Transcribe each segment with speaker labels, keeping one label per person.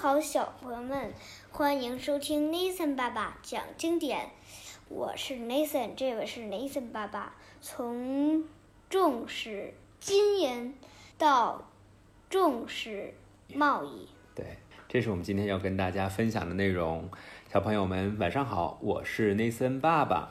Speaker 1: 好，小朋友们，欢迎收听 Nathan 爸爸讲经典。我是 Nathan，这位是 Nathan 爸爸。从重视经营到重视贸易，
Speaker 2: 对，这是我们今天要跟大家分享的内容。小朋友们，晚上好，我是内森爸爸。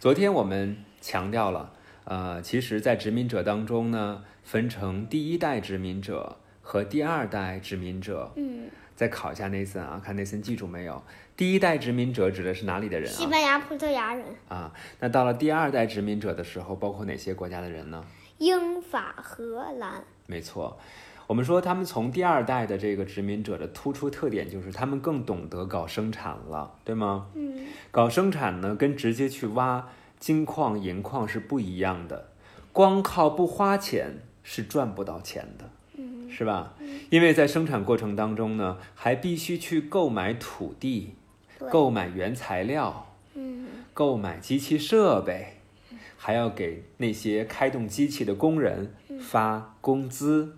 Speaker 2: 昨天我们强调了，呃，其实，在殖民者当中呢，分成第一代殖民者和第二代殖民者。
Speaker 1: 嗯，
Speaker 2: 再考一下内森啊，看内森记住没有？第一代殖民者指的是哪里的人
Speaker 1: 西班牙、葡萄牙人、
Speaker 2: 啊？啊，那到了第二代殖民者的时候，包括哪些国家的人呢？
Speaker 1: 英法荷兰，
Speaker 2: 没错，我们说他们从第二代的这个殖民者的突出特点就是他们更懂得搞生产了，对吗？
Speaker 1: 嗯，
Speaker 2: 搞生产呢，跟直接去挖金矿、银矿是不一样的，光靠不花钱是赚不到钱的，
Speaker 1: 嗯，
Speaker 2: 是吧？因为在生产过程当中呢，还必须去购买土地、
Speaker 1: 对，
Speaker 2: 购买原材料、
Speaker 1: 嗯，
Speaker 2: 购买机器设备，还要给那些开动机器的工人发工资。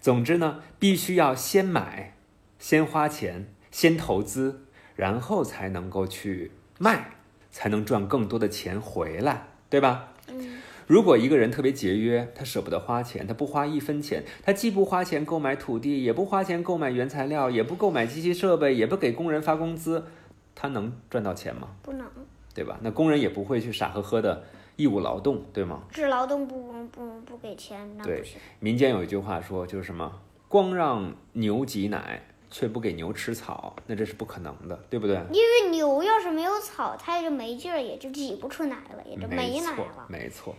Speaker 2: 总之呢，必须要先买，先花钱，先投资，然后才能够去卖，才能赚更多的钱回来，对吧？
Speaker 1: 嗯
Speaker 2: 如果一个人特别节约，他舍不得花钱，他不花一分钱，他既不花钱购买土地，也不花钱购买原材料，也不购买机器设备，也不给工人发工资，他能赚到钱吗？
Speaker 1: 不能，
Speaker 2: 对吧？那工人也不会去傻呵呵的义务劳动，对吗？
Speaker 1: 治劳动不不不给钱，那不
Speaker 2: 对
Speaker 1: 行。
Speaker 2: 民间有一句话说，就是什么“光让牛挤奶，却不给牛吃草”，那这是不可能的，对不对？
Speaker 1: 因为牛要是没有草，它就没劲儿，也就挤不出奶了，也就没奶
Speaker 2: 错
Speaker 1: 了，。
Speaker 2: 没错，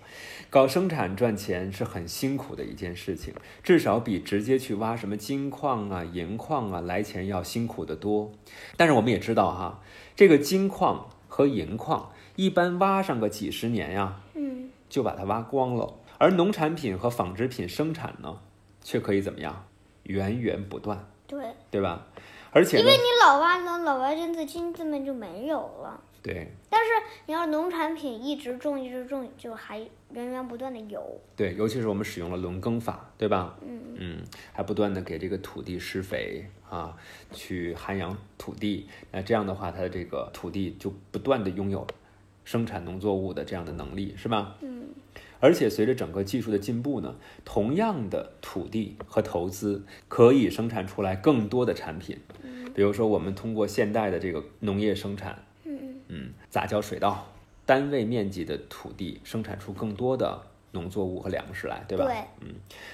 Speaker 2: 搞生产赚钱是很辛苦的一件事情，至少比直接去挖什么金矿啊、银矿啊来钱要辛苦得多。但是我们也知道哈，这个金矿和银矿啊一般挖上个几十年呀、
Speaker 1: 嗯，
Speaker 2: 就把它挖光了。而农产品和纺织品生产呢，却可以怎么样？源源不断，
Speaker 1: 对。
Speaker 2: 对吧？而且
Speaker 1: 因
Speaker 2: 呢
Speaker 1: 为，你老挖呢，老挖金子，金子们就没有了。
Speaker 2: 对
Speaker 1: 但是你要农产品一直种，一直种，就还源源不断的有。
Speaker 2: 对，尤其是我们使用了轮耕法，对吧？
Speaker 1: 嗯
Speaker 2: 嗯，还不断的给这个土地施肥啊，去涵养土地。那这样的话，它的这个土地就不断的拥有生产农作物的这样的能力，是吧？
Speaker 1: 嗯，
Speaker 2: 而且随着整个技术的进步呢，同样的土地和投资可以生产出来更多的产品。比如说，我们通过现代的这个农业生产，
Speaker 1: 嗯
Speaker 2: 嗯，杂交水稻，单位面积的土地生产出更多的农作物和粮食来，对吧？
Speaker 1: 对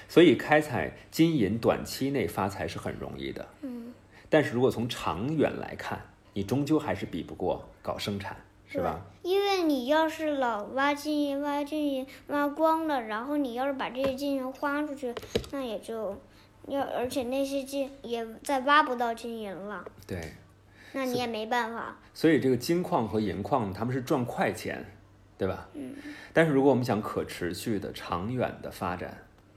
Speaker 2: 所以开采金银短期内发财是很容易的，
Speaker 1: 嗯，
Speaker 2: 但是如果从长远来看，你终究还是比不过搞生产，是吧？
Speaker 1: 对？因为你要是老挖金银、挖金银、挖光了，然后你要是把这些金银花出去，那也就要，而且那些金也再挖不到金银了，
Speaker 2: 对。
Speaker 1: 那你也没办法。
Speaker 2: 所以这个金矿和银矿他们是赚快钱，对吧？嗯。但是如果我们想可持续的、长远的发展，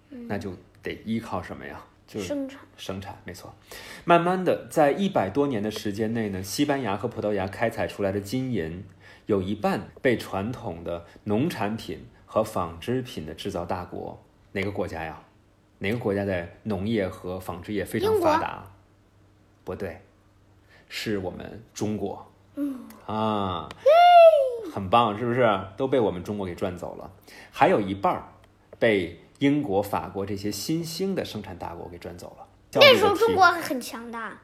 Speaker 2: 那就得依靠什么呀？就是
Speaker 1: 生产，
Speaker 2: 生产，没错。慢慢的，在一百多年的时间内呢，西班牙和葡萄牙开采出来的金银，有一半被传统的农产品和纺织品的制造大国哪个国家呀？哪个国家在农业和纺织业非常
Speaker 1: 英国
Speaker 2: 发达？不对，是我们中国。嗯啊，很棒，是不是？都被我们中国给赚走了，还有一半儿被英国、法国这些新兴的生产大国给赚走了。
Speaker 1: 那时候中
Speaker 2: 国。
Speaker 1: 国还很强大。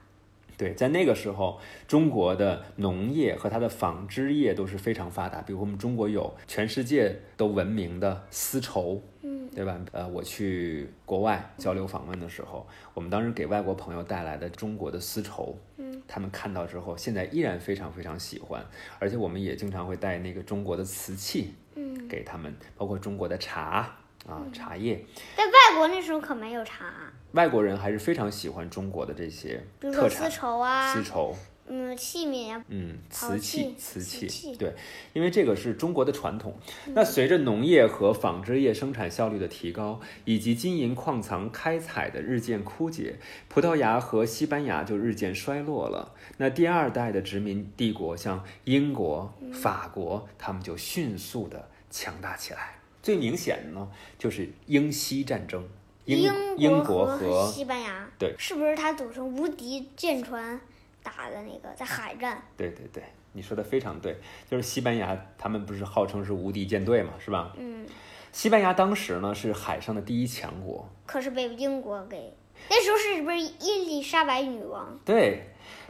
Speaker 2: 对，在那个时候，中国的农业和它的纺织业都是非常发达。比如我们中国有全世界都闻名的丝绸，
Speaker 1: 嗯，
Speaker 2: 对吧？呃，我去国外交流访问的时候，我们当时给外国朋友带来的中国的丝绸，
Speaker 1: 嗯，
Speaker 2: 他们看到之后，现在依然非常非常喜欢。而且我们也经常会带那个中国的瓷器
Speaker 1: 嗯，
Speaker 2: 给他们，包括中国的茶啊、茶叶。
Speaker 1: 但外国那时候可没有茶，
Speaker 2: 外国人还是非常喜欢中国的这些
Speaker 1: 比如
Speaker 2: 特
Speaker 1: 说丝
Speaker 2: 产。
Speaker 1: 绸啊，
Speaker 2: 丝绸，
Speaker 1: 嗯，器皿啊，
Speaker 2: 嗯，
Speaker 1: 陶
Speaker 2: 瓷
Speaker 1: 器
Speaker 2: 器，瓷
Speaker 1: 瓷器嗯
Speaker 2: 对，因为这个是中国的传统。那随着农业和纺织业生产效率的提高，以及金银矿藏开采的日渐枯竭，葡萄牙和西班牙就日渐衰落了。那第二代的殖民帝国，像英国、
Speaker 1: 嗯
Speaker 2: 法国，他们就迅速的强大起来。最明显的呢，就是英西战争。英
Speaker 1: 英
Speaker 2: 国
Speaker 1: 和
Speaker 2: 和
Speaker 1: 西班牙，
Speaker 2: 对，
Speaker 1: 是不是他组成无敌舰船打的那个在海战？
Speaker 2: 对对对，你说的非常对，就是西班牙，他们不是号称是无敌舰队嘛，是吧？
Speaker 1: 嗯，
Speaker 2: 西班牙当时呢是海上的第一强国，
Speaker 1: 可是被英国给那时候是不是伊丽莎白女王？
Speaker 2: 对，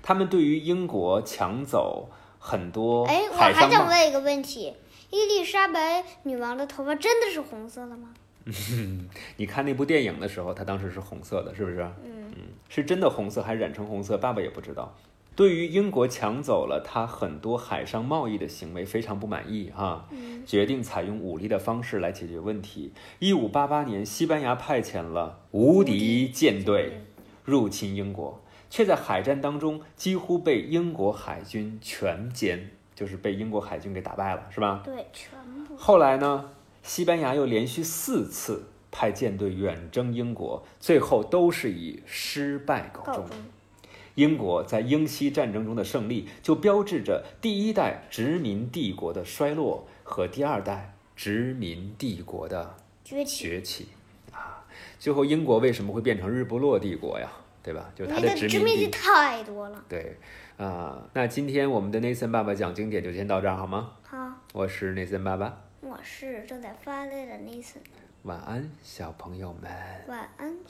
Speaker 2: 他们对于英国抢走很多
Speaker 1: 哎，我
Speaker 2: 哦海
Speaker 1: 还
Speaker 2: 上贸
Speaker 1: 想问一个问题：伊丽莎白女王的头发真的是红色的吗？
Speaker 2: 你看那部电影的时候，它当时是红色的，是不是？
Speaker 1: 嗯
Speaker 2: 是真的红色还是染成红色？爸爸也不知道。对于英国抢走了他很多海上贸易的行为非常不满意哈、
Speaker 1: 嗯
Speaker 2: 决定采用武力的方式来解决问题。一五八八年，西班牙派遣了无敌舰队入侵英国，却在海战当中几乎被英国海军全歼，就是被英国海军给打败了，是吧？
Speaker 1: 对，全部。
Speaker 2: 后来呢，西班牙又连续四次派舰队远征英国，最后都是以失败告
Speaker 1: 告
Speaker 2: 终
Speaker 1: 终。。
Speaker 2: 英国在英西战争中的胜利，就标志着第一代殖民帝国的衰落和第二代殖民帝国的
Speaker 1: 崛起，
Speaker 2: 崛起。啊，最后英国为什么会变成日不落帝国呀？对吧？就是
Speaker 1: 那
Speaker 2: 它的
Speaker 1: 个
Speaker 2: 殖
Speaker 1: 殖
Speaker 2: 民
Speaker 1: 民地
Speaker 2: 地。
Speaker 1: 太多了。
Speaker 2: 对，啊、那今天我们的 Nathan 爸爸讲经典就先到这儿好吗？
Speaker 1: 好，
Speaker 2: 我是 Nathan 爸爸，
Speaker 1: 我是正在发呆的 Nathan，
Speaker 2: 晚安，小朋友们。
Speaker 1: 晚安，